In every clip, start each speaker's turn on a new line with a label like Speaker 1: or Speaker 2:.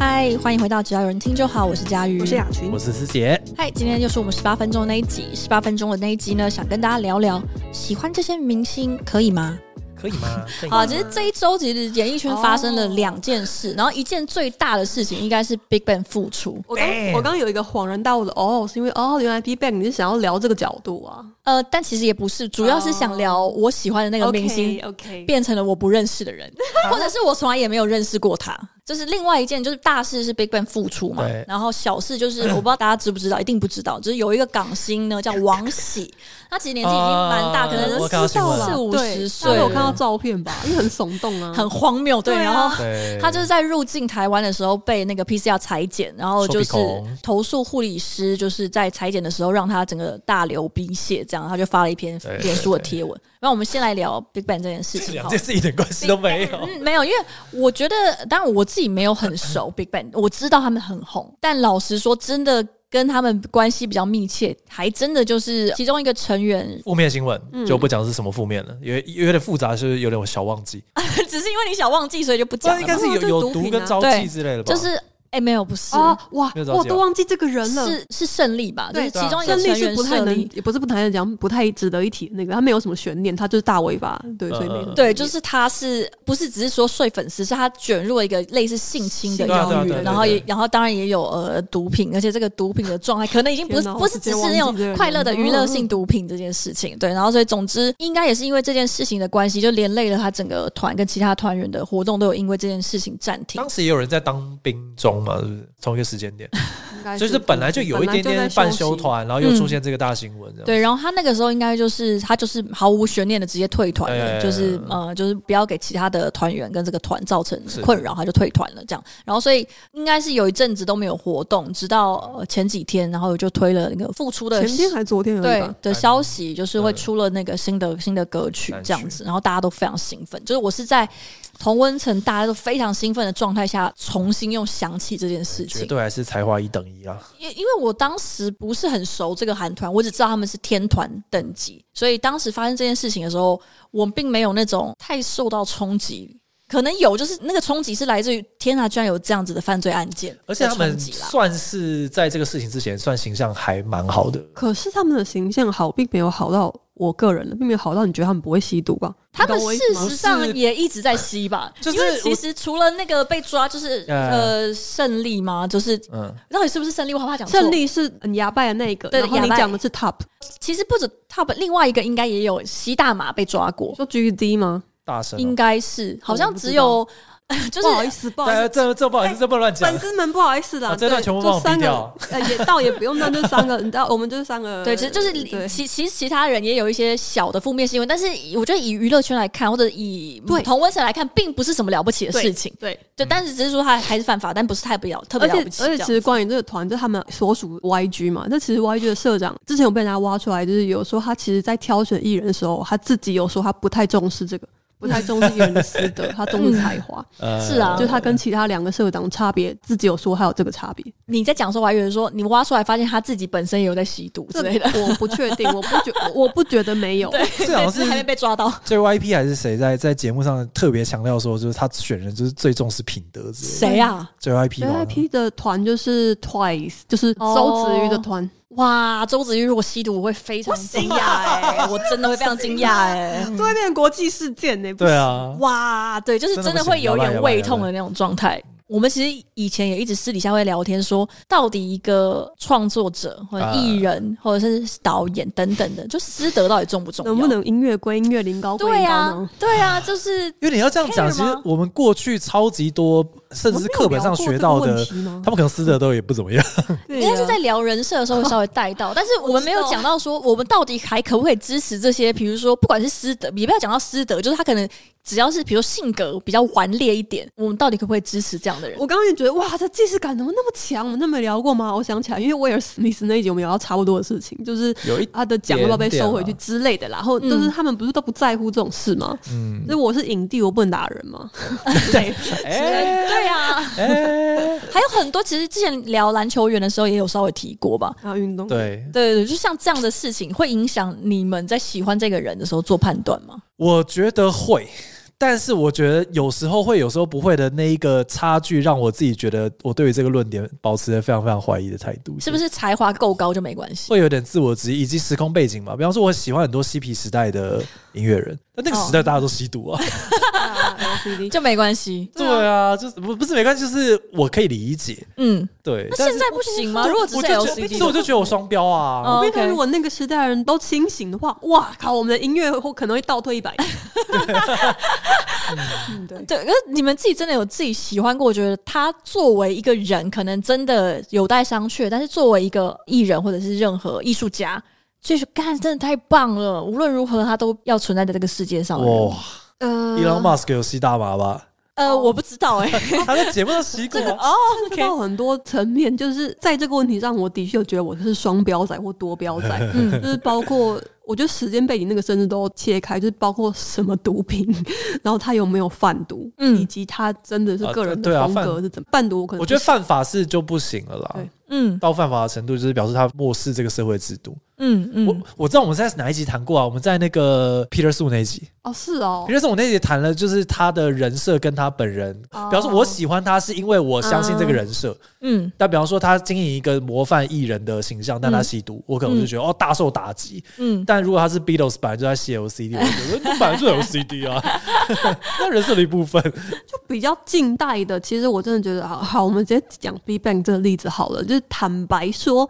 Speaker 1: 嗨，欢迎回到只要有人听就好，我是佳瑜，
Speaker 2: 我是雅群
Speaker 3: 我。是师姐，
Speaker 1: 嗨，今天就是我们十八分钟那一集，十八分钟的那一集呢，想跟大家聊聊喜欢这些明星可以吗？
Speaker 3: 可以 吗？可以吗
Speaker 1: 好，其实这一周其实演艺圈发生了两件
Speaker 2: 哦
Speaker 1: 事，然后一件最大的事情应该是 Big Bang 复出。
Speaker 2: 我刚
Speaker 3: Bang
Speaker 2: 我刚有一个恍然大悟的哦，是因为哦，原来 B Bang 你是想要聊这个角度啊？
Speaker 1: 呃，但其实也不是，主要是想聊我喜欢的那个明星
Speaker 2: 哦 OK，
Speaker 1: 变成了我不认识的人，
Speaker 3: 啊
Speaker 1: 或者是我从来也没有认识过他。就是另外一件，就是大事是 Big Bang 复出嘛
Speaker 3: 对，
Speaker 1: 然后小事就是我不知道大家知不知道，一定不知道，就是有一个港星呢叫王 喜，他其实年纪已经蛮大，
Speaker 3: 哦
Speaker 1: 可能
Speaker 3: 我看到
Speaker 1: 四
Speaker 3: 新闻
Speaker 1: 四五十
Speaker 2: 对，
Speaker 1: 岁
Speaker 2: 有
Speaker 1: 了，
Speaker 2: 看到照片吧？因为很耸动啊，
Speaker 1: 很荒谬。对，
Speaker 2: 对啊
Speaker 1: 然后
Speaker 3: 对，
Speaker 1: 他就是在入境台湾的时候被那个 PCR 裁剪，然后就是
Speaker 3: 手臂孔
Speaker 1: 投诉护理师，就是在裁剪的时候让他整个大流鼻血，这样他就发了一篇
Speaker 3: 对
Speaker 1: 脸书的贴文。那我们先来聊 Big Bang 这件事情
Speaker 3: 两
Speaker 1: 好
Speaker 3: 件
Speaker 1: 了。
Speaker 3: 事一点关系都没有。
Speaker 1: 嗯，没有，因为我觉得，当然我自己没有很 熟 Big Bang，我知道他们很红，但老实说，真的跟他们关系比较密切，还真的就是其中一个成员，
Speaker 3: 负面新闻
Speaker 1: 嗯
Speaker 3: 就不讲是什么负面了，因为有点复杂，就是有点我小忘记。
Speaker 1: 只是因为你想忘记，所以就不
Speaker 3: 这
Speaker 1: 啊讲了
Speaker 3: 应该
Speaker 1: 吧。
Speaker 3: 是有
Speaker 2: 对
Speaker 3: 有
Speaker 2: 毒
Speaker 3: 毒
Speaker 2: 品
Speaker 3: 跟
Speaker 2: 啊
Speaker 3: 招
Speaker 1: 对
Speaker 3: 妓之类的吧？
Speaker 1: 就是，哎、没有，不是，
Speaker 2: 啊哇
Speaker 3: 没有！照
Speaker 2: 我
Speaker 3: 相
Speaker 2: 都忘记这个人了。
Speaker 1: 是是胜利吧？就是
Speaker 2: 对啊
Speaker 1: 其中一个
Speaker 2: 胜利
Speaker 1: 成
Speaker 2: 是
Speaker 1: 员
Speaker 2: 不太
Speaker 1: 胜
Speaker 2: 能
Speaker 1: 利，，
Speaker 2: 也不是不太能讲，不太值得一提的那个，他没有什么悬念，他就是大尾巴，对，
Speaker 3: 嗯
Speaker 2: 所以没什
Speaker 3: 嗯
Speaker 2: 么。
Speaker 1: 对，就是他是不是只是说睡粉丝，是他卷入了一个类似性侵的
Speaker 2: 对啊对
Speaker 1: 邀
Speaker 2: 啊
Speaker 1: 约
Speaker 2: 对啊对，啊
Speaker 1: 然后也
Speaker 3: 对
Speaker 1: 然后当然也有呃毒品，而且这个毒品的状态可能已经不是
Speaker 2: 天
Speaker 1: 不
Speaker 2: 哪
Speaker 1: 是
Speaker 2: 我
Speaker 1: 只
Speaker 2: 直接
Speaker 1: 是
Speaker 2: 忘记
Speaker 1: 那种
Speaker 2: 这个人嗯
Speaker 1: 快乐的娱乐性毒品这件事情，对，然后所以总之应该也是因为这件事情的关系，就连累了他整个团跟其他团员的活动都有因为这件事情暂停
Speaker 3: 当。时也有人在当兵中嘛，是不是？同一个时间点，
Speaker 2: 应该
Speaker 3: 就是本来就有一点点半休，团，然后又出现这个大新闻，这样
Speaker 1: 嗯对，然后他那个时候应该就是他就是毫无悬念的直接退团了，
Speaker 3: 哎
Speaker 1: 就是呃，就是不要给其他的团员跟这个团造成
Speaker 3: 是
Speaker 1: 困扰，他就退团了这样。然后所以应该是有一阵子都没有活动，直到呃前几天，然后就推了那个复出的
Speaker 2: 前天还昨天而已
Speaker 1: 对
Speaker 2: 吧。
Speaker 3: 哎
Speaker 1: 的消息，就是会
Speaker 3: 嗯
Speaker 1: 出了那个新的新的歌曲
Speaker 3: 单曲
Speaker 1: 这样子，然后大家都非常兴奋。就是我是在同温层大家都非常兴奋的状态下，重新又想起这件事
Speaker 3: 绝
Speaker 1: 情。
Speaker 3: 对还是才华一等一啊！
Speaker 1: 因因为我当时不是很熟这个韩团，我只知道他们是天团等级，所以当时发生这件事情的时候，我并没有那种太受到冲击。可能有，就是那个冲击是来自于天啊，居然有这样子的犯罪案件的冲击啦，
Speaker 3: 而且他们算是在这个事情之前，算形象还蛮好的。
Speaker 2: 可是他们的形象好，并没有好到我个人，并没有好到你觉得他们不会吸毒吧？
Speaker 1: 他们
Speaker 2: 你懂我意
Speaker 1: 事
Speaker 2: 思吗
Speaker 1: 实上
Speaker 3: 是
Speaker 1: 也一直在吸吧，
Speaker 3: 就是
Speaker 1: 因为其实除了那个被抓，就是
Speaker 3: 呃
Speaker 1: 呃胜利吗？就是
Speaker 3: 嗯，
Speaker 1: 到底是不是胜利？我害怕讲错
Speaker 2: 胜利是很嗯牙败的那一个，
Speaker 1: 对
Speaker 2: 然后
Speaker 1: 牙
Speaker 2: 你
Speaker 1: 败
Speaker 2: 讲的是 top，
Speaker 1: 其实不止他们，另外一个应该也有吸大麻被抓过，
Speaker 2: 说 GD 吗？
Speaker 3: 大神、
Speaker 1: 应
Speaker 3: 啊。
Speaker 1: 该是好像只有 就是
Speaker 2: 不好意思，不好意
Speaker 3: 对，
Speaker 2: 思，
Speaker 3: 这这不
Speaker 1: 哎
Speaker 3: 好意思，这不能乱讲
Speaker 2: 粉。丝们不好意思啦，
Speaker 3: 啊这段
Speaker 2: 对
Speaker 3: 全部
Speaker 2: 就
Speaker 3: 帮我
Speaker 2: 三
Speaker 3: 逼
Speaker 2: 个
Speaker 3: 掉，
Speaker 2: 呃，也倒也不用，那就三个，你知道，我们就是三个，
Speaker 1: 对，其实就是
Speaker 2: 呃对
Speaker 1: 其其实其他人也有一些小的负面新闻，但是我觉得以娱乐圈来看，或者以
Speaker 2: 对
Speaker 1: 同温层来看，并不是什么了不起的
Speaker 2: 对
Speaker 1: 事情。
Speaker 2: 对。
Speaker 1: 对，但是只是说他还是犯法，但不是太不了特别
Speaker 2: 而
Speaker 1: 了
Speaker 2: 且
Speaker 1: 不起。
Speaker 2: 而且，
Speaker 1: 这样
Speaker 2: 其实关于这个团，就是他们所属 YG 嘛，那其实 YG 的社长之前有被人家挖出来，就是有说他其实在挑选艺人的时候，他自己有说他不太重视这个，不太重视艺人的私德，他重视才华，
Speaker 3: 呃
Speaker 1: 是 啊
Speaker 2: 就他跟其他两个社长差别，自己有说他有这个差别。
Speaker 1: 你在讲的时候，我还以为说你挖出来发现他自己本身也有在吸毒之
Speaker 2: 这
Speaker 1: 类的，
Speaker 2: 我不确定，我不觉我不觉得没有，
Speaker 3: 这 好像
Speaker 1: 只是还没
Speaker 3: 是
Speaker 1: 被抓到。
Speaker 3: JYP 还是谁在在节目上特别强调说，就是他选人就是最重视品德之类的。
Speaker 1: 谁啊？
Speaker 3: JYP 吧
Speaker 2: JYP 的团就是 Twice，就是周子瑜的团。
Speaker 1: 哇，周子瑜如果吸毒，我会非常惊
Speaker 2: 啊
Speaker 1: 讶哎，我真的会非常惊讶哎。
Speaker 2: 都
Speaker 3: 啊
Speaker 2: 会变成国际事件呢、不是
Speaker 3: 对，啊，
Speaker 1: 哇，对，就是哦真的会有一点胃痛的那种状态。我们其实以前也一直私底下会聊天说，到底一个创作者或者艺人、或者是导演等等的，就师德到底重不重要？
Speaker 2: 能不？能音乐归音乐，零高归
Speaker 1: 对
Speaker 2: 零高
Speaker 1: 啊
Speaker 2: 呢？，
Speaker 1: 对啊，就是
Speaker 3: 因为你要这样讲，
Speaker 1: care
Speaker 3: 其
Speaker 1: 吗
Speaker 3: 实我们过去超级多，甚至是课本上学到
Speaker 2: 我们有聊过
Speaker 3: 的
Speaker 2: 这个问题吗，
Speaker 3: 他们可能撕的都也不怎么样。
Speaker 2: 对啊
Speaker 1: 应该是在聊人设的时候会稍微带到，但是我们没有讲到说我们到底还可不可以支持这些，比如说不管是师德，也不要讲到师德，就是他可能只要是比如说性格比较顽劣一点，我们到底可不可以支持这样的人？
Speaker 2: 我刚刚也觉得哇，这既视感怎么那么强？我们那么聊过吗？我想起来，因为威尔史密斯那一集我们聊到差不多的事情，就是
Speaker 3: 有一
Speaker 2: 他的奖要不要被收回去
Speaker 3: 点点啊
Speaker 2: 之类的啦。然后就是他们不是都不在乎这种事吗？
Speaker 3: 嗯，
Speaker 2: 所以我是影帝，我不能打人吗？
Speaker 1: 对
Speaker 3: 哎
Speaker 1: 对啊，
Speaker 3: 哎，
Speaker 1: 还有很多，其实之前聊篮球员的时候也有稍微提过吧。
Speaker 2: 然后啊运动
Speaker 3: 对，
Speaker 1: 对对，对就像这样的
Speaker 3: 嗯
Speaker 1: 事情，会影响你们在喜欢这个人的时候做判断吗？
Speaker 3: 我觉得会，但是我觉得有时候会，有时候不会的那一个差距，让我自己觉得我对于这个论点保持着非常非常怀疑的态度，
Speaker 1: 是不是才华够高就没关系？
Speaker 3: 会有点自我质疑，以及时空背景嘛。比方说，我喜欢很多嬉皮时代的音乐人，但那个
Speaker 1: 哦
Speaker 3: 时代大家都吸毒 啊。
Speaker 2: LCD
Speaker 1: 就没关系。
Speaker 3: 对啊，就是不不是没关系，就是我可以理解。
Speaker 1: 嗯，
Speaker 3: 对，
Speaker 1: 那
Speaker 3: 但是
Speaker 1: 现在不行吗？
Speaker 2: 我
Speaker 1: 如果只
Speaker 3: 我
Speaker 1: 是
Speaker 3: 就觉得，
Speaker 1: LCD，
Speaker 3: 所以我就觉得我双标啊。
Speaker 1: 嗯
Speaker 2: 我跟你
Speaker 1: OK
Speaker 2: 说，如果那个时代的人都清醒的话，哇靠，我们的音乐会可能会倒退一百年。嗯，对，
Speaker 1: 对，可是你们自己真的有自己喜欢过？我觉得他作为一个人，可能真的有待商榷。但是作为一个艺人或者是任何艺术家，就是干真的太棒了。无论如何，他都要存在在这个世界上的人。
Speaker 3: 嗯哇
Speaker 2: 呃
Speaker 3: ，Elon
Speaker 1: 嗯
Speaker 3: Musk 有吸大麻吧？
Speaker 1: 呃，我不知道哎、
Speaker 3: 他在节目上吸过
Speaker 1: 这个
Speaker 3: 啊。
Speaker 1: 哦
Speaker 2: 看
Speaker 1: ，OK，
Speaker 2: 到很多层面，就是在这个问题上，我的确觉得我是双标仔或多 标仔，
Speaker 1: 嗯
Speaker 2: 就是包括我觉得时间背景那个甚至都切开，就是包括什么毒品， 然后他有没有贩毒，
Speaker 1: 嗯
Speaker 2: 以及他真的是个人
Speaker 3: 啊对啊
Speaker 2: 的风
Speaker 3: 贩
Speaker 2: 格是怎么贩毒，我可能
Speaker 3: 我觉得
Speaker 2: 不
Speaker 3: 犯法是就不行了啦
Speaker 2: 对。
Speaker 1: 嗯
Speaker 3: 到犯法的程度，就是表示他漠视这个社会制度。
Speaker 1: 嗯嗯
Speaker 3: 我我知道我们在哪一集谈过啊？我们在那个 Peter Su 那一集
Speaker 2: 哦是哦，
Speaker 3: ，Peter Su 我那集谈了，就是他的人设跟他本人。
Speaker 2: 哦
Speaker 3: 比方说，我喜欢他是因为我相信这个人设。
Speaker 1: 嗯
Speaker 3: 但比方说，他经营一个模范艺人的形象，但他吸
Speaker 2: 嗯
Speaker 3: 毒，我可能就觉得哦大受打击。
Speaker 1: 嗯，
Speaker 3: 但如果他是 Beatles 本来就在吸 LCD，我 就觉得嗯本来就有 CD 啊，那人设的一部分。
Speaker 2: 比较近代的，其实我真的觉得好好，我们直接讲 B Bank 这个例子好了。就是坦白说，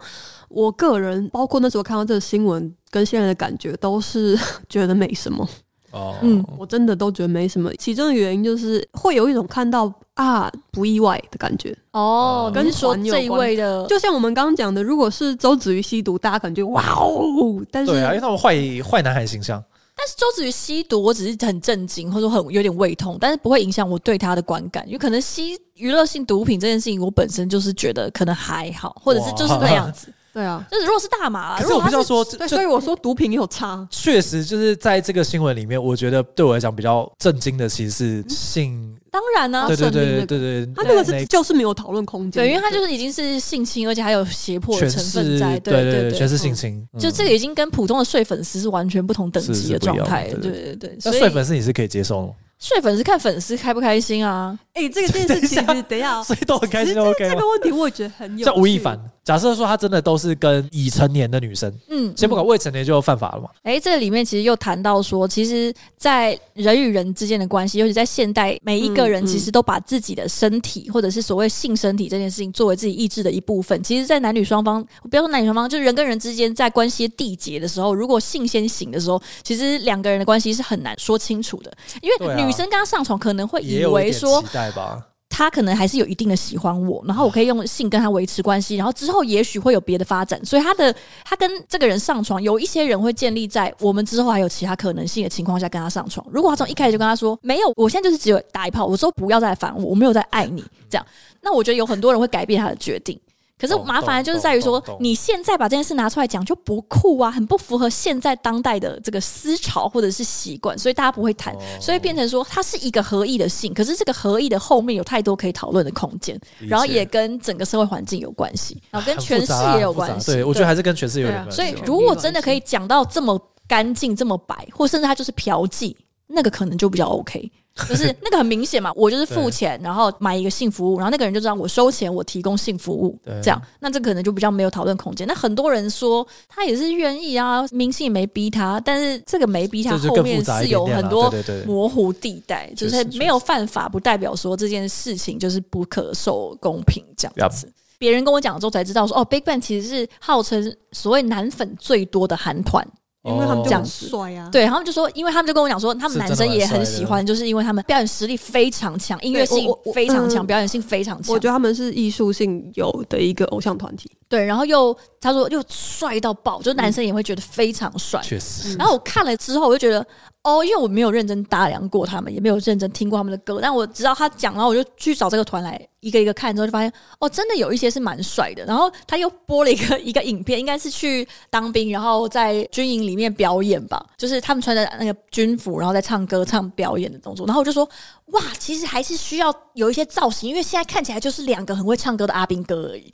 Speaker 2: 我个人包括那时候看到这个新闻跟现在的感觉，都是 觉得没什么。
Speaker 3: 哦，
Speaker 1: 嗯
Speaker 2: 我真的都觉得没什么。其中的原因就是会有一种看到啊不意外的感觉。
Speaker 1: 哦，
Speaker 3: 嗯
Speaker 1: 跟说
Speaker 2: 跟团有
Speaker 1: 这一位的，
Speaker 2: 就像我们刚刚讲的，如果是周子瑜吸毒，大家可能就哇哦，但是
Speaker 3: 对啊，因为他们坏坏男孩形象。
Speaker 1: 但是周子瑜吸毒，我只是很震惊，或者说很有点胃痛，但是不会影响我对他的观感，因为可能吸娱乐性毒品这件事情，我本身就是觉得可能还好，或者是就是那样 子。
Speaker 2: 对啊，
Speaker 1: 就是如果是大麻啦，
Speaker 3: 可
Speaker 1: 如
Speaker 3: 是
Speaker 1: 果
Speaker 3: 我
Speaker 1: 他
Speaker 3: 必须要
Speaker 1: 是
Speaker 3: 说，
Speaker 2: 对，
Speaker 3: 就
Speaker 2: 所以我说毒品也有差。
Speaker 3: 确实就是在这个新闻里面，我觉得对我来讲比较震惊的其实
Speaker 2: 嗯
Speaker 3: 是性，
Speaker 1: 当然呢、
Speaker 3: 对
Speaker 2: 胜
Speaker 3: 对
Speaker 2: 利
Speaker 3: 对
Speaker 2: 啊那个
Speaker 3: 对对，
Speaker 2: 他那个
Speaker 3: 那
Speaker 2: 是就是没有讨论空间，
Speaker 1: 对，因为他就是已经是性侵，而且还有胁迫的
Speaker 3: 全
Speaker 1: 成
Speaker 3: 是
Speaker 1: 分在，
Speaker 3: 对
Speaker 1: 对对，
Speaker 3: 全是性
Speaker 1: 嗯
Speaker 3: 侵，
Speaker 1: 就这
Speaker 3: 个。
Speaker 1: 个已经跟普通的睡粉丝是完全不同等
Speaker 3: 是
Speaker 1: 级
Speaker 3: 是
Speaker 1: 的
Speaker 3: 不一样
Speaker 1: 状
Speaker 3: 的
Speaker 1: 态，
Speaker 3: 对
Speaker 1: 对对对。
Speaker 3: 那
Speaker 1: 所以
Speaker 3: 睡粉是你是可以接受的吗，
Speaker 1: 睡粉是看粉丝开不开心啊，
Speaker 2: 哎，这个这件事情，
Speaker 3: 等一
Speaker 2: 等一
Speaker 1: 哦
Speaker 2: 下啊，
Speaker 3: 所以都很开心
Speaker 2: 其实这
Speaker 3: ，OK
Speaker 2: 这
Speaker 3: 吗
Speaker 2: 个？问题我也觉得很有趣。
Speaker 3: 像吴亦凡，假设说他真的都是跟已成年的女生，
Speaker 1: 嗯，
Speaker 3: 先不管未成年就犯法了嘛？
Speaker 1: 哎，这里面其实又谈到说，其实，在人与人之间的关系，尤其在现代，每一个人
Speaker 2: 嗯嗯
Speaker 1: 其实都把自己的身体、或者是所谓性身体这件事情作为自己意志的一部分。其实，在男女双方，不要说男女双方，就是人跟人之间在关系缔结的时候，如果性先行的时候，其实两个人的关系是很难说清楚的，因
Speaker 3: 对
Speaker 1: 为
Speaker 3: 啊
Speaker 1: 女生跟他上床可能会
Speaker 3: 也
Speaker 1: 以
Speaker 3: 有一
Speaker 1: 为
Speaker 3: 点
Speaker 1: 说
Speaker 3: 期待吧？
Speaker 1: 他可能还是有一定的喜欢我，然后我可以用性跟他维持关系，然后之后也许会有别的发展。所以他的他跟这个人上床，有一些人会建立在我们之后还有其他可能性的情况下跟他上床。如果他从一开始就跟他说没有，我现在就是只有打一炮，我说不要再来烦我，我没有在爱你这样，那我觉得有很多人会改变他的决定。可是
Speaker 3: 哦懂
Speaker 1: 麻烦的就是在于
Speaker 3: 懂
Speaker 1: 说
Speaker 3: 懂懂，
Speaker 1: 你现在把这件事拿出来讲就不酷啊，很不符合现在当代的这个思潮或者是习惯，所以大家不会谈
Speaker 3: 哦，
Speaker 1: 所以变成说它是一个合意的性，可是这个合意的后面有太多可以讨论的空间，
Speaker 3: 理 解
Speaker 1: 然后也跟整个社会环境有关系，然后跟
Speaker 3: 很复
Speaker 1: 权势
Speaker 3: 杂啊
Speaker 1: 也有
Speaker 3: 很复杂
Speaker 1: 关系。
Speaker 3: 对，我觉得还是跟权势有点
Speaker 2: 对啊
Speaker 3: 关系
Speaker 1: 所
Speaker 3: 吧。
Speaker 1: 以如果真的可以讲到这么干净、这么白，或甚至它就是嫖妓，那个可能就比较 OK。就是那个很明显嘛，我就是付钱，然后买一个性服务，然后那个人就知道我收钱，我提供性服务
Speaker 3: 对，
Speaker 1: 这样，那这可能就比较没有讨论空间。那很多人说他也是愿意啊，明星也没逼他，但是这个没逼他
Speaker 3: 这就
Speaker 1: 后
Speaker 3: 更复
Speaker 1: 面
Speaker 3: 杂
Speaker 1: 是
Speaker 3: 一点
Speaker 1: 有
Speaker 3: 点
Speaker 1: 很
Speaker 3: 啦
Speaker 1: 多
Speaker 3: 对对对
Speaker 1: 模糊地带，就
Speaker 3: 确
Speaker 1: 是
Speaker 3: 实确
Speaker 1: 没有犯法，不代表说这件事情就是不可受公平这样
Speaker 3: Yup
Speaker 1: 子。别人跟我讲了之后才知道说，哦，Big Bang 其实是号称所谓男粉最多的韩团。
Speaker 2: 因为他们
Speaker 3: 哦
Speaker 2: 就很帅啊，
Speaker 1: 对，他们就说，因为他们就跟我讲说，他们
Speaker 3: 是
Speaker 1: 男
Speaker 3: 真的
Speaker 1: 生
Speaker 3: 蛮
Speaker 1: 也
Speaker 3: 帅
Speaker 1: 很
Speaker 3: 的
Speaker 1: 喜欢，就是因为他们表演实力非常强，音乐
Speaker 2: 对我
Speaker 1: 性
Speaker 2: 我我
Speaker 1: 非常强，
Speaker 2: 嗯
Speaker 1: 表演性非常强
Speaker 2: 我觉。得他们是艺术性有的一个偶像团体。
Speaker 1: 对，然后又他说又帅到爆，就是男生也会觉得非常帅。
Speaker 3: 确实，
Speaker 1: 然后我看了之后，我就觉得哦，因为我没有认真打量过他们，也没有认真听过他们的歌，但我知道他讲，然后我就去找这个团来一个一个看，之后就发现哦，真的有一些是蛮帅的。然后他又播了一个一个影片，应该是去当兵，然后在军营里面表演吧，就是他们穿着那个军服，然后在唱歌、唱表演的动作。然后我就说哇，其实还是需要有一些造型，因为现在看起来就是两个很会唱歌的阿兵哥而已。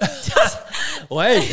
Speaker 3: 喂，
Speaker 1: 哦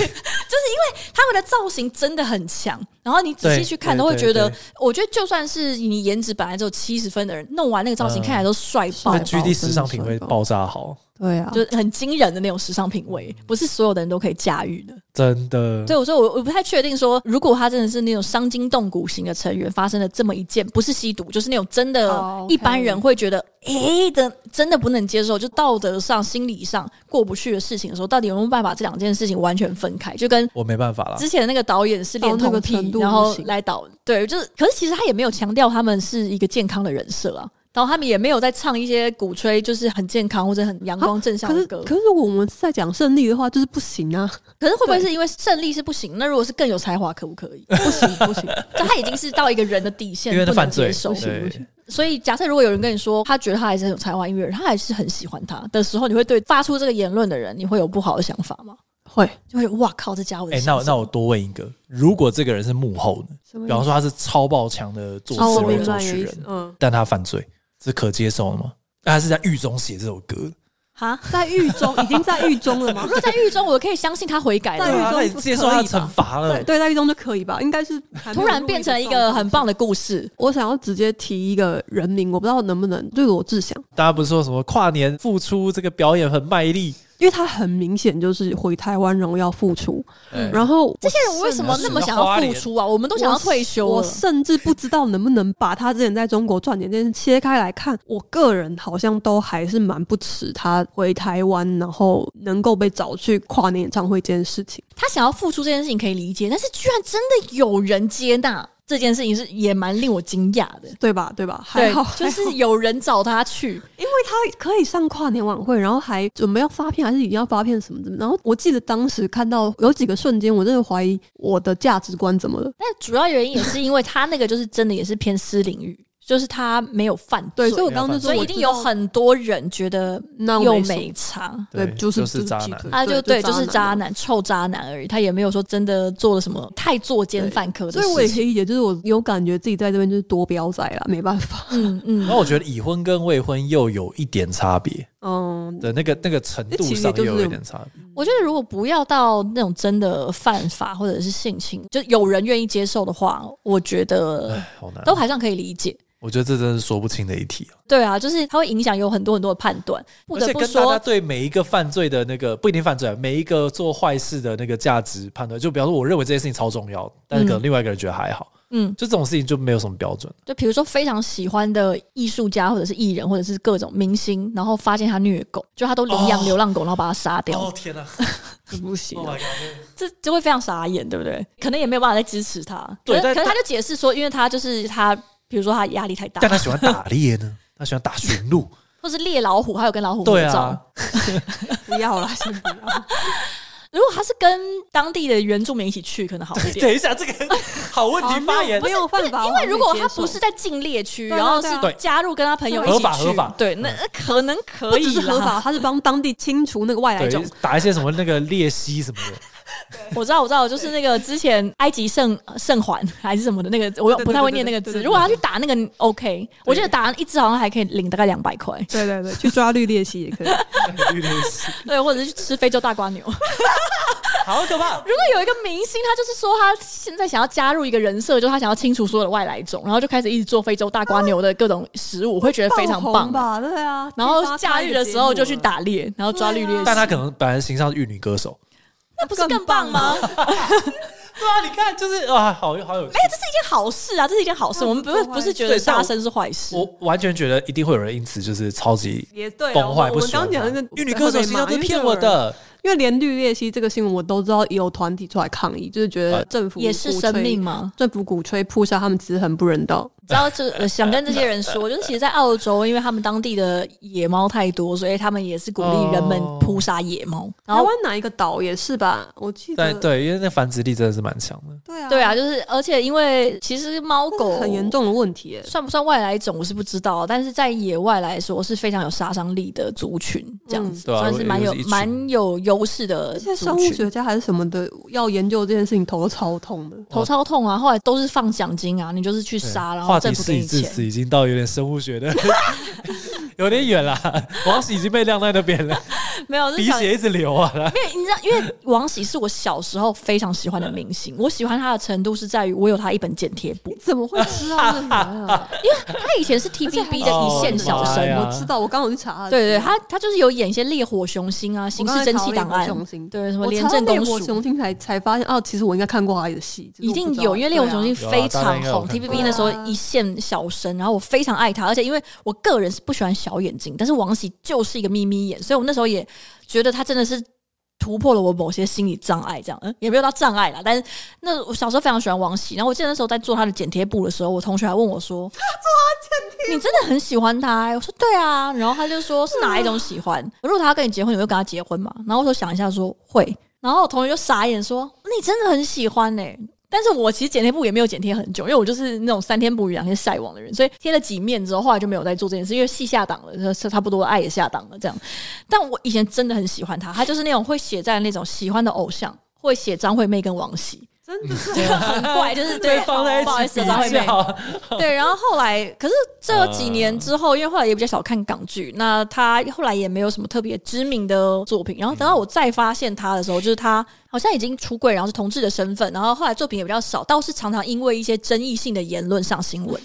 Speaker 1: 他们的造型真的很强，然后你仔细
Speaker 3: 对
Speaker 1: 去看
Speaker 3: 对
Speaker 1: 都会
Speaker 3: 对
Speaker 1: 觉得
Speaker 3: 对，
Speaker 1: 我觉得就算是是你颜值本来只有七十分的人，弄完那个造型
Speaker 3: 嗯
Speaker 1: 看起来都帅爆
Speaker 3: 那
Speaker 2: 帅，
Speaker 3: G D 时尚品会爆炸好，
Speaker 2: 对啊，
Speaker 1: 就是很惊人的那种时尚品味，不是所有的人都可以驾驭的。
Speaker 3: 嗯真的。
Speaker 1: 对，我说我我不太确定说，如果他真的是那种伤筋动骨型的成员，发生了这么一件，不是吸毒，就是那种真
Speaker 2: 哦
Speaker 1: 的，
Speaker 2: ，OK
Speaker 1: 一般人会觉得，诶的，真的不能接受，就道德上、心理上过不去的事情的时候，到底有没有办法把这两件事情完全分开？就跟
Speaker 3: 我没办法啦，
Speaker 1: 之前的那个导演是
Speaker 2: 到
Speaker 1: 恋
Speaker 2: 那
Speaker 1: 童
Speaker 2: 个
Speaker 1: 癖
Speaker 2: 程度，
Speaker 1: 然
Speaker 2: 不
Speaker 1: 后
Speaker 2: 行
Speaker 1: 来导，对，就是，可是其实他也没有强调他们是一个健康的人设啊。然后他们也没有在唱一些鼓吹就是很健康或者很阳光正向
Speaker 2: 可
Speaker 1: 的
Speaker 2: 是
Speaker 1: 歌，
Speaker 2: 可是如果我们在讲胜利的话，就是不行啊，
Speaker 1: 可是会不会
Speaker 2: 对
Speaker 1: 是因为胜利是不行？那如果是更有才华，可不可以？
Speaker 2: 不行不行，
Speaker 1: 就他已经是到一个人的底线，
Speaker 3: 因为他
Speaker 1: 不能
Speaker 3: 犯
Speaker 1: 接
Speaker 3: 罪，
Speaker 1: 受。
Speaker 2: 行不
Speaker 3: 对
Speaker 2: 行，
Speaker 1: 所以，假设如果有人跟你说他觉得他还是很有才华音乐人，他还是很喜欢他的时候，你会对发出这个言论的人，你会有不好的想法吗？
Speaker 2: 会
Speaker 1: 就会哇靠，这家伙在
Speaker 3: 哎、那
Speaker 1: 想
Speaker 3: 我
Speaker 1: 什
Speaker 3: 那
Speaker 1: 么！
Speaker 3: 我多问一个，如果这个人是幕后呢？
Speaker 2: 什么
Speaker 3: 比
Speaker 2: 意思
Speaker 3: 方说他是超爆强的作
Speaker 2: 超
Speaker 3: 词
Speaker 2: 哦明
Speaker 3: 人、作
Speaker 2: 白的
Speaker 3: 曲
Speaker 2: 意思
Speaker 3: 人，，
Speaker 2: 嗯，
Speaker 3: 但他犯罪是可接受的吗？他是在狱中写这首歌，
Speaker 1: 哈，
Speaker 2: 在狱中已经在狱中了吗
Speaker 1: 如？果在狱中，我可以相信他悔改
Speaker 2: 在
Speaker 1: 了
Speaker 2: 狱。
Speaker 3: 啊，
Speaker 2: 中
Speaker 3: 那你
Speaker 2: 不
Speaker 3: 接受
Speaker 2: 可
Speaker 3: 他
Speaker 2: 以
Speaker 3: 惩
Speaker 2: 吧
Speaker 3: 罚了
Speaker 2: 对，对，在狱中就可以吧？应该是还没
Speaker 1: 突
Speaker 2: 有
Speaker 1: 然
Speaker 2: 入
Speaker 1: 变成了一
Speaker 2: 状
Speaker 1: 个
Speaker 2: 态
Speaker 1: 很棒的故事，
Speaker 2: 我想要直接提一个人名，我不知道能不能，就是罗志祥，
Speaker 3: 大家不是说什么跨年付出这个表演很卖力，
Speaker 2: 因为他很明显就是回台湾荣耀复出。
Speaker 3: 哎
Speaker 2: 然后
Speaker 1: 这些人为什么那么想要付出啊？我们都想要退休
Speaker 2: 我
Speaker 1: 了，
Speaker 2: 甚至不知道能不能把他之前在中国赚钱这件事切开来看。我个人好像都还是蛮不耻他回台湾，然后能够被找去跨年演唱会这件事情。
Speaker 1: 他想要付出这件事情可以理解，但是居然真的有人接纳这件事情，是也蛮令我惊讶的。
Speaker 2: 对吧？对吧？还
Speaker 1: 对
Speaker 2: 好，，哎
Speaker 1: 就是有人找他去，
Speaker 2: 因为他可以上跨年晚会，然后还准备要发片，还是已经要发片什么的。然后我记得当时看到有几个瞬间，我真的怀疑我的价值观怎么了。
Speaker 1: 但主要原因也是因为他那个就是真的也是偏私领域，就是他没有犯罪，
Speaker 2: 对，所以我刚刚就说
Speaker 1: 所
Speaker 2: 我
Speaker 1: 以一
Speaker 2: 知道，
Speaker 1: 定有很多人觉得
Speaker 2: 那
Speaker 1: 又
Speaker 2: 没
Speaker 1: 没差。
Speaker 2: 对，就是
Speaker 3: 是渣
Speaker 2: 鸡
Speaker 3: 男
Speaker 2: 腿。
Speaker 1: 他就对，就是渣
Speaker 2: 男。啊
Speaker 1: 男，臭渣男而已。他也没有说真的做了什么太作奸犯科的事
Speaker 2: 所以
Speaker 1: 情。
Speaker 2: 我也可以理解，就是我有感觉自己在这边就是多标仔啦，没办 法。
Speaker 1: 嗯
Speaker 3: 然
Speaker 1: 嗯，
Speaker 3: 后我觉得已婚跟未婚又有一点差别
Speaker 2: 嗯，
Speaker 3: 的那个那个程
Speaker 2: 哎其
Speaker 3: 度
Speaker 2: 实
Speaker 3: 上
Speaker 2: 就
Speaker 3: 又
Speaker 2: 是
Speaker 3: 有一点差别，
Speaker 1: 我觉得如果不要到那种真的犯法或者是性侵，就有人愿意接受的话，我觉得
Speaker 3: 哎，好难。
Speaker 1: 都还算可以理解。
Speaker 3: 我觉得这真是说不清的一题啊，
Speaker 1: 对啊，就是它会影响有很多很多的判断，不
Speaker 3: 而
Speaker 1: 得
Speaker 3: 且
Speaker 1: 不
Speaker 3: 跟大
Speaker 1: 说
Speaker 3: 家，对每一个犯罪的那个不一定犯罪，啊，每一个做坏事的那个价值判断，就比方说我认为这件事情超重要，但是可能另外一个人觉得还好，
Speaker 1: 嗯，
Speaker 3: 就这种事情就没有什么标准。
Speaker 1: 就比如说非常喜欢的艺术家，或者是艺人，或者是各种明星，然后发现他虐狗，就他都领养
Speaker 3: 哦
Speaker 1: 流浪狗，然后把它杀掉，
Speaker 3: 天哪，Oh
Speaker 2: 这不行啊。
Speaker 3: my god！
Speaker 1: 这就会非常傻眼，对不对？可能也没有办法再支持他。可
Speaker 3: 对
Speaker 1: 是
Speaker 3: 但
Speaker 1: 可是他就解释说，因为他就是他，比如说他压力太大
Speaker 3: 但，他喜欢打猎呢，他喜欢打驯鹿，
Speaker 1: 或是猎老虎，还有跟老虎合
Speaker 3: 对
Speaker 1: 照。
Speaker 3: 啊，
Speaker 2: 不要啦，先不要。
Speaker 1: 如果他是跟当地的原住民一起去，可能好一点。
Speaker 3: 等一下，这个好问
Speaker 2: 好
Speaker 3: 题发言
Speaker 2: 没有办法，
Speaker 1: 因
Speaker 2: 我
Speaker 1: 为
Speaker 2: 可以
Speaker 1: 如果他
Speaker 2: 接受
Speaker 1: 不是在禁猎区，
Speaker 2: 对啊
Speaker 1: 然后是
Speaker 2: 对啊
Speaker 3: 对
Speaker 1: 加入跟他朋友一起
Speaker 3: 合法
Speaker 1: 去
Speaker 3: 合法
Speaker 1: 对，那
Speaker 2: 嗯
Speaker 1: 可能可
Speaker 2: 不只
Speaker 1: 以
Speaker 2: 是合
Speaker 1: 啦
Speaker 2: 法，他是帮当地清除那个外来种
Speaker 3: 对，，打一些什么那个鬣蜥什么的，
Speaker 1: 我知道，我知道，就是那个之前埃及圣圣环还是什么的那个，我
Speaker 2: 对对
Speaker 1: 不太会念那个
Speaker 2: 对
Speaker 1: 字。
Speaker 2: 对对
Speaker 1: 如果他去打那个 OK，我记得打一只好像还可以领大概两百块，
Speaker 2: 对对对，去抓绿鬣蜥也可以。
Speaker 3: 鬣蜥
Speaker 1: 对，或者是去吃非洲大瓜牛。 如
Speaker 3: 好可怕。
Speaker 1: 果有一个明星，他就是说他现在想要加入一个人设，就是他想要清除所有的外来种，然后就开始一直做非洲大瓜牛的各种食物，我会觉得 非常
Speaker 2: 爆
Speaker 1: 棒。
Speaker 2: 红吧？对啊。
Speaker 1: 然
Speaker 2: 可以
Speaker 1: 后
Speaker 2: 帮他
Speaker 1: 假
Speaker 2: 开一
Speaker 1: 日的
Speaker 2: 个
Speaker 1: 时候
Speaker 2: 节
Speaker 1: 就
Speaker 2: 目
Speaker 1: 去
Speaker 2: 了，
Speaker 1: 打猎，然后抓绿鬣
Speaker 3: 但
Speaker 1: 蜥，
Speaker 3: 他可能本来形象是玉女歌手，
Speaker 1: 那不是更棒吗？
Speaker 2: 更
Speaker 3: 啊
Speaker 1: 哎，
Speaker 3: 对啊，你看就是啊，好好有趣。
Speaker 1: 这是一件好事啊，这是一件好事。
Speaker 2: 那
Speaker 1: 我们不是
Speaker 2: 不错啊
Speaker 1: 不是觉得
Speaker 3: 对但我
Speaker 1: 杀生是坏事
Speaker 3: 我，完全觉得一定会有人因此就是超级
Speaker 2: 也对啊。
Speaker 3: 崩坏，不
Speaker 2: 我们
Speaker 3: 喜
Speaker 2: 刚
Speaker 3: 欢
Speaker 2: 讲
Speaker 3: 他。
Speaker 2: 的那
Speaker 3: 玉女歌手形象是骗我的，
Speaker 2: 因为连绿鬣蜥这个新闻我都知道有团体出来抗议，就是觉得
Speaker 3: 呃
Speaker 2: 政府
Speaker 1: 也是
Speaker 2: 鼓吹
Speaker 1: 生命， 吗？
Speaker 2: 政府鼓吹扑杀他们其实很不人道。
Speaker 1: 你知道，就是呃想跟这些人说，就是其实，在澳洲，因为他们当地的野猫太多，所以他们也是鼓励人们
Speaker 3: 哦
Speaker 1: 扑杀野猫。然
Speaker 2: 台
Speaker 1: 后，
Speaker 2: 湾哪一个岛也是吧？我记得
Speaker 3: 但对，因为那繁殖力真的是蛮强的。
Speaker 2: 对啊
Speaker 1: 对啊，就是而且因为其实猫狗
Speaker 2: 很严，重的问题耶。
Speaker 1: 算不算外来种我是不知道，但是在野外来说是非常有杀伤力的族群，这样子、
Speaker 3: 对啊
Speaker 1: 算是蛮有
Speaker 3: 如果是一群
Speaker 1: 蛮有优势的
Speaker 2: 而且生
Speaker 1: 族
Speaker 2: 物
Speaker 1: 群。
Speaker 2: 学家还是什么的，要研究这件事情头都超痛的。
Speaker 1: 头超痛啊！后来都是放奖金啊，你就是去
Speaker 3: 对
Speaker 1: 杀，然后
Speaker 3: 话
Speaker 1: 政
Speaker 3: 题
Speaker 1: 府
Speaker 3: 是
Speaker 1: 给
Speaker 3: 以
Speaker 1: 你
Speaker 3: 至
Speaker 1: 钱。
Speaker 3: 此已经到有点生物学的，有点远啦。王喜已经被晾在那边了。
Speaker 1: 没有，就是
Speaker 3: 鼻
Speaker 1: 想
Speaker 3: 血一直流啊！
Speaker 1: 因为你知道，因为王喜是我小时候非常喜欢的明星，我喜欢他的程度是在于我有他一本剪贴簿，
Speaker 2: 怎么会知道这个 啊？
Speaker 1: 他以前是 TVB 的
Speaker 3: 哦
Speaker 1: 一线小
Speaker 3: 我的妈
Speaker 1: 生
Speaker 3: 呀，
Speaker 2: 我知道，我刚刚有去查，
Speaker 1: 对对，他他就是有演一些《烈火雄心》啊，《
Speaker 2: 我
Speaker 1: 刑
Speaker 2: 刚
Speaker 1: 事
Speaker 2: 才
Speaker 1: 侦
Speaker 2: 查
Speaker 1: 缉
Speaker 2: 到
Speaker 1: 档案
Speaker 2: 烈火》雄心
Speaker 1: 对什么
Speaker 2: 我
Speaker 1: 廉
Speaker 2: 查到
Speaker 1: 政
Speaker 2: 烈
Speaker 1: 公
Speaker 2: 火
Speaker 1: 署
Speaker 2: 雄。心才才发现哦，其实我应该看过他的戏，只是
Speaker 1: 一
Speaker 2: 我不
Speaker 1: 定
Speaker 2: 知道
Speaker 1: 有，因为《烈火雄心》
Speaker 3: 对啊
Speaker 1: 非
Speaker 3: 有啊大家
Speaker 1: 常
Speaker 3: 应该有
Speaker 1: 红
Speaker 3: 看过
Speaker 1: ，TVB 那时候
Speaker 2: 对啊
Speaker 1: 一线小生，然后我非常爱他，而且因为我个人是不喜欢小眼睛，但是王喜就是一个眯眯眼，所以我那时候也觉得他真的是突破了我某些心理障碍，这样，嗯，也没有到障碍啦。但是那我小时候非常喜欢王喜，然后我记得那时候在做他的剪贴簿的时候，我同学还问我说：“做他剪贴，你真的很喜欢他、欸？”我说：“对啊。”然后他就说：“是哪一种喜欢？如果他要跟你结婚，你会跟他结婚吗？”然后我说想一下说会，然后我同学就傻眼说：“你真的很喜欢欸呢、但是我其实剪贴簿也没有剪贴很久，因为我就是那种三天捕鱼两天晒网的人，所以贴了几面之后，后来就没有再做这件事，因为戏下档了，差不多爱也下档了这样。但我以前真的很喜欢他，他就是那种会写在那种喜欢的偶像，会写张惠妹跟王喜，
Speaker 2: 真 的是
Speaker 1: 很怪，就是对哦
Speaker 3: 放在
Speaker 1: 不好意
Speaker 3: 一起
Speaker 1: 思，
Speaker 3: 比
Speaker 1: 张惠妹。
Speaker 3: 较，
Speaker 1: 对，然后后来，可是这几年之后，因为后来也比较少看港剧，那他后来也没有什么特别知名的作品。然后等到我再发现他的时候，就是他好像已经出柜，然后是同志的身份，然后后来作品也比较少，倒是常常因为一些争议性的言论上新闻。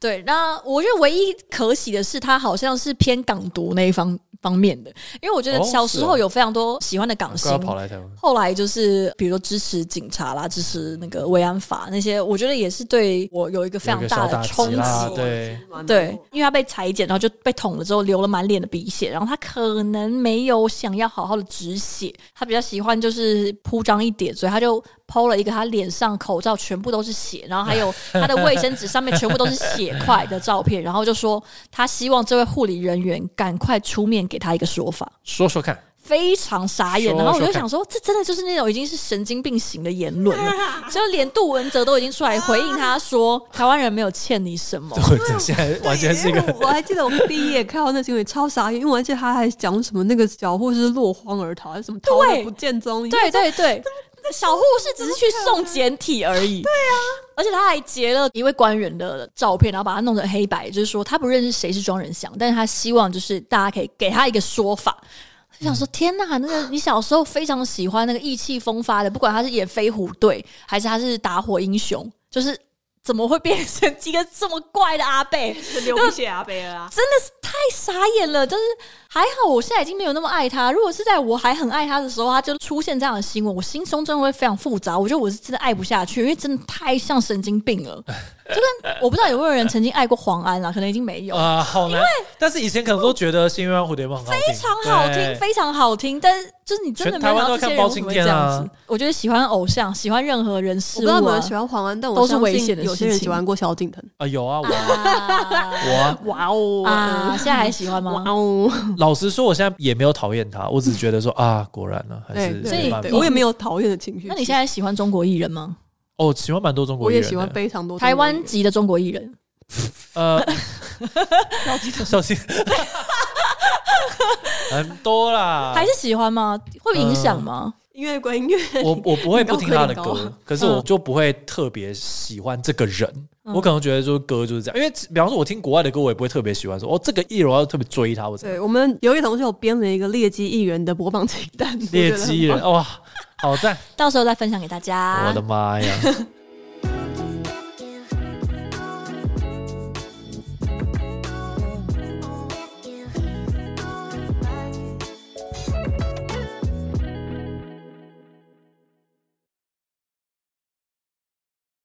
Speaker 1: 对，那我觉得唯一可喜的是，他好像是偏港独那一方方面的，因为我觉得
Speaker 3: 哦
Speaker 1: 小
Speaker 3: 是
Speaker 1: 时
Speaker 3: 哦
Speaker 1: 候有非常多喜欢的港星，
Speaker 3: 快要跑来台湾。
Speaker 1: 后来就是比如说支持警察啦，支持那个慰安法那些，我觉得也是对我有一个非常大的冲
Speaker 3: 有一
Speaker 1: 击
Speaker 3: 个小。打击啦对
Speaker 1: 啊对，因为他被裁剪，然后就被捅了之后流了满脸的鼻血，然后他可能没有想要好好的止血，他比较喜欢就是铺张一点，所以他就剖了一个他脸上口罩全部都是血，然后还有他的卫生纸上面全部都是血块的照片，然后就说他希望这位护理人员赶快出面给他一个说法。
Speaker 3: 说说看，
Speaker 1: 非常傻眼，
Speaker 3: 说
Speaker 1: 然后我就
Speaker 3: 说看
Speaker 1: 想说，这真的就是那种已经是神经病型的言论 了，就连杜文泽都已经出来回应他说，台湾人没有欠你什么。
Speaker 3: 我这现在完全是一个
Speaker 2: 因为我我还记得我第一眼看到那新闻超傻眼，因为我还记得他还讲什么那个小护士落荒而逃，还是什么逃
Speaker 1: 对
Speaker 2: 得不见踪影。
Speaker 1: 对对对，小护士只是去送简体而已。对啊，而且他还截了一位官员的照片，然后把他弄成黑白，就是说他不认识谁是庄仁祥，但是他希望就是大家可以给他一个说法。我想说，天呐，那个你小时候非常喜欢那个意气风发的，不管他是演飞虎队还是他是打火英雄，就是怎么会变成一个这么怪的阿贝？
Speaker 2: 流鼻血啊，贝尔啊！
Speaker 1: 真的是太哎傻眼了，就是还好我现在已经没有那么爱他。如果是在我还很爱他的时候，他就出现这样的新闻，我心中真的会非常复杂。我觉得我是真的爱不下去，因为真的太像神经病 了。就跟我不知道有没有人曾经爱过黄安啦，可能已经没有。
Speaker 3: 啊，好难。但是以前可能都觉得《新鸳鸯蝴蝶梦》很好听，
Speaker 1: 非常好
Speaker 3: 对
Speaker 1: 听，非常好听，但是就是你真的没有想到这些人会这
Speaker 3: 全台湾都要看包
Speaker 1: 样
Speaker 3: 青
Speaker 1: 子
Speaker 3: 天。啊
Speaker 1: 我觉得喜欢偶像，喜欢任何人
Speaker 2: 我
Speaker 1: 事
Speaker 2: 不
Speaker 1: 物、
Speaker 2: 知
Speaker 1: 啊，
Speaker 2: 道你们喜欢黄安，但我
Speaker 1: 都是
Speaker 2: 相信
Speaker 1: 危险的
Speaker 2: 有些
Speaker 1: 事
Speaker 2: 人
Speaker 1: 情
Speaker 2: 喜欢过萧敬腾。
Speaker 3: 啊，有啊，我
Speaker 1: 啊
Speaker 3: 啊我啊
Speaker 2: 哇哦
Speaker 1: 啊，现在还喜欢吗？
Speaker 2: 哦！
Speaker 3: 老实说，我现在也没有讨厌他，我只觉得说啊，果然呢，还
Speaker 2: 对
Speaker 3: 是
Speaker 1: 所以
Speaker 3: 没办法
Speaker 2: 对，我也没有讨厌的情绪。
Speaker 1: 那你现在喜欢中国艺人吗？
Speaker 3: 哦，喜欢蛮多中国
Speaker 2: 我
Speaker 3: 艺人
Speaker 2: 也
Speaker 3: 的，
Speaker 2: 喜欢非常多
Speaker 1: 台湾籍的中国艺人，
Speaker 3: 呃，小心， 很多啦，
Speaker 1: 还是喜欢吗？会影响吗？
Speaker 2: 音乐归音乐，
Speaker 3: 我我不会不听他的
Speaker 2: 你高啊嗯科你
Speaker 3: 歌，可是我就不会特别喜欢这个人。
Speaker 1: 嗯
Speaker 3: 我可能觉得就是歌就是这样，因为比方说我听国外的歌，我也不会特别喜欢说哦这个艺人我要特别追他，我怎样
Speaker 2: 对我们有一个同学有编了一个劣迹艺人的播放清单，
Speaker 3: 猎奇艺人哇，好赞！
Speaker 1: 到时候再分享给大
Speaker 3: 我
Speaker 1: 家
Speaker 2: 啊
Speaker 3: 的。妈呀，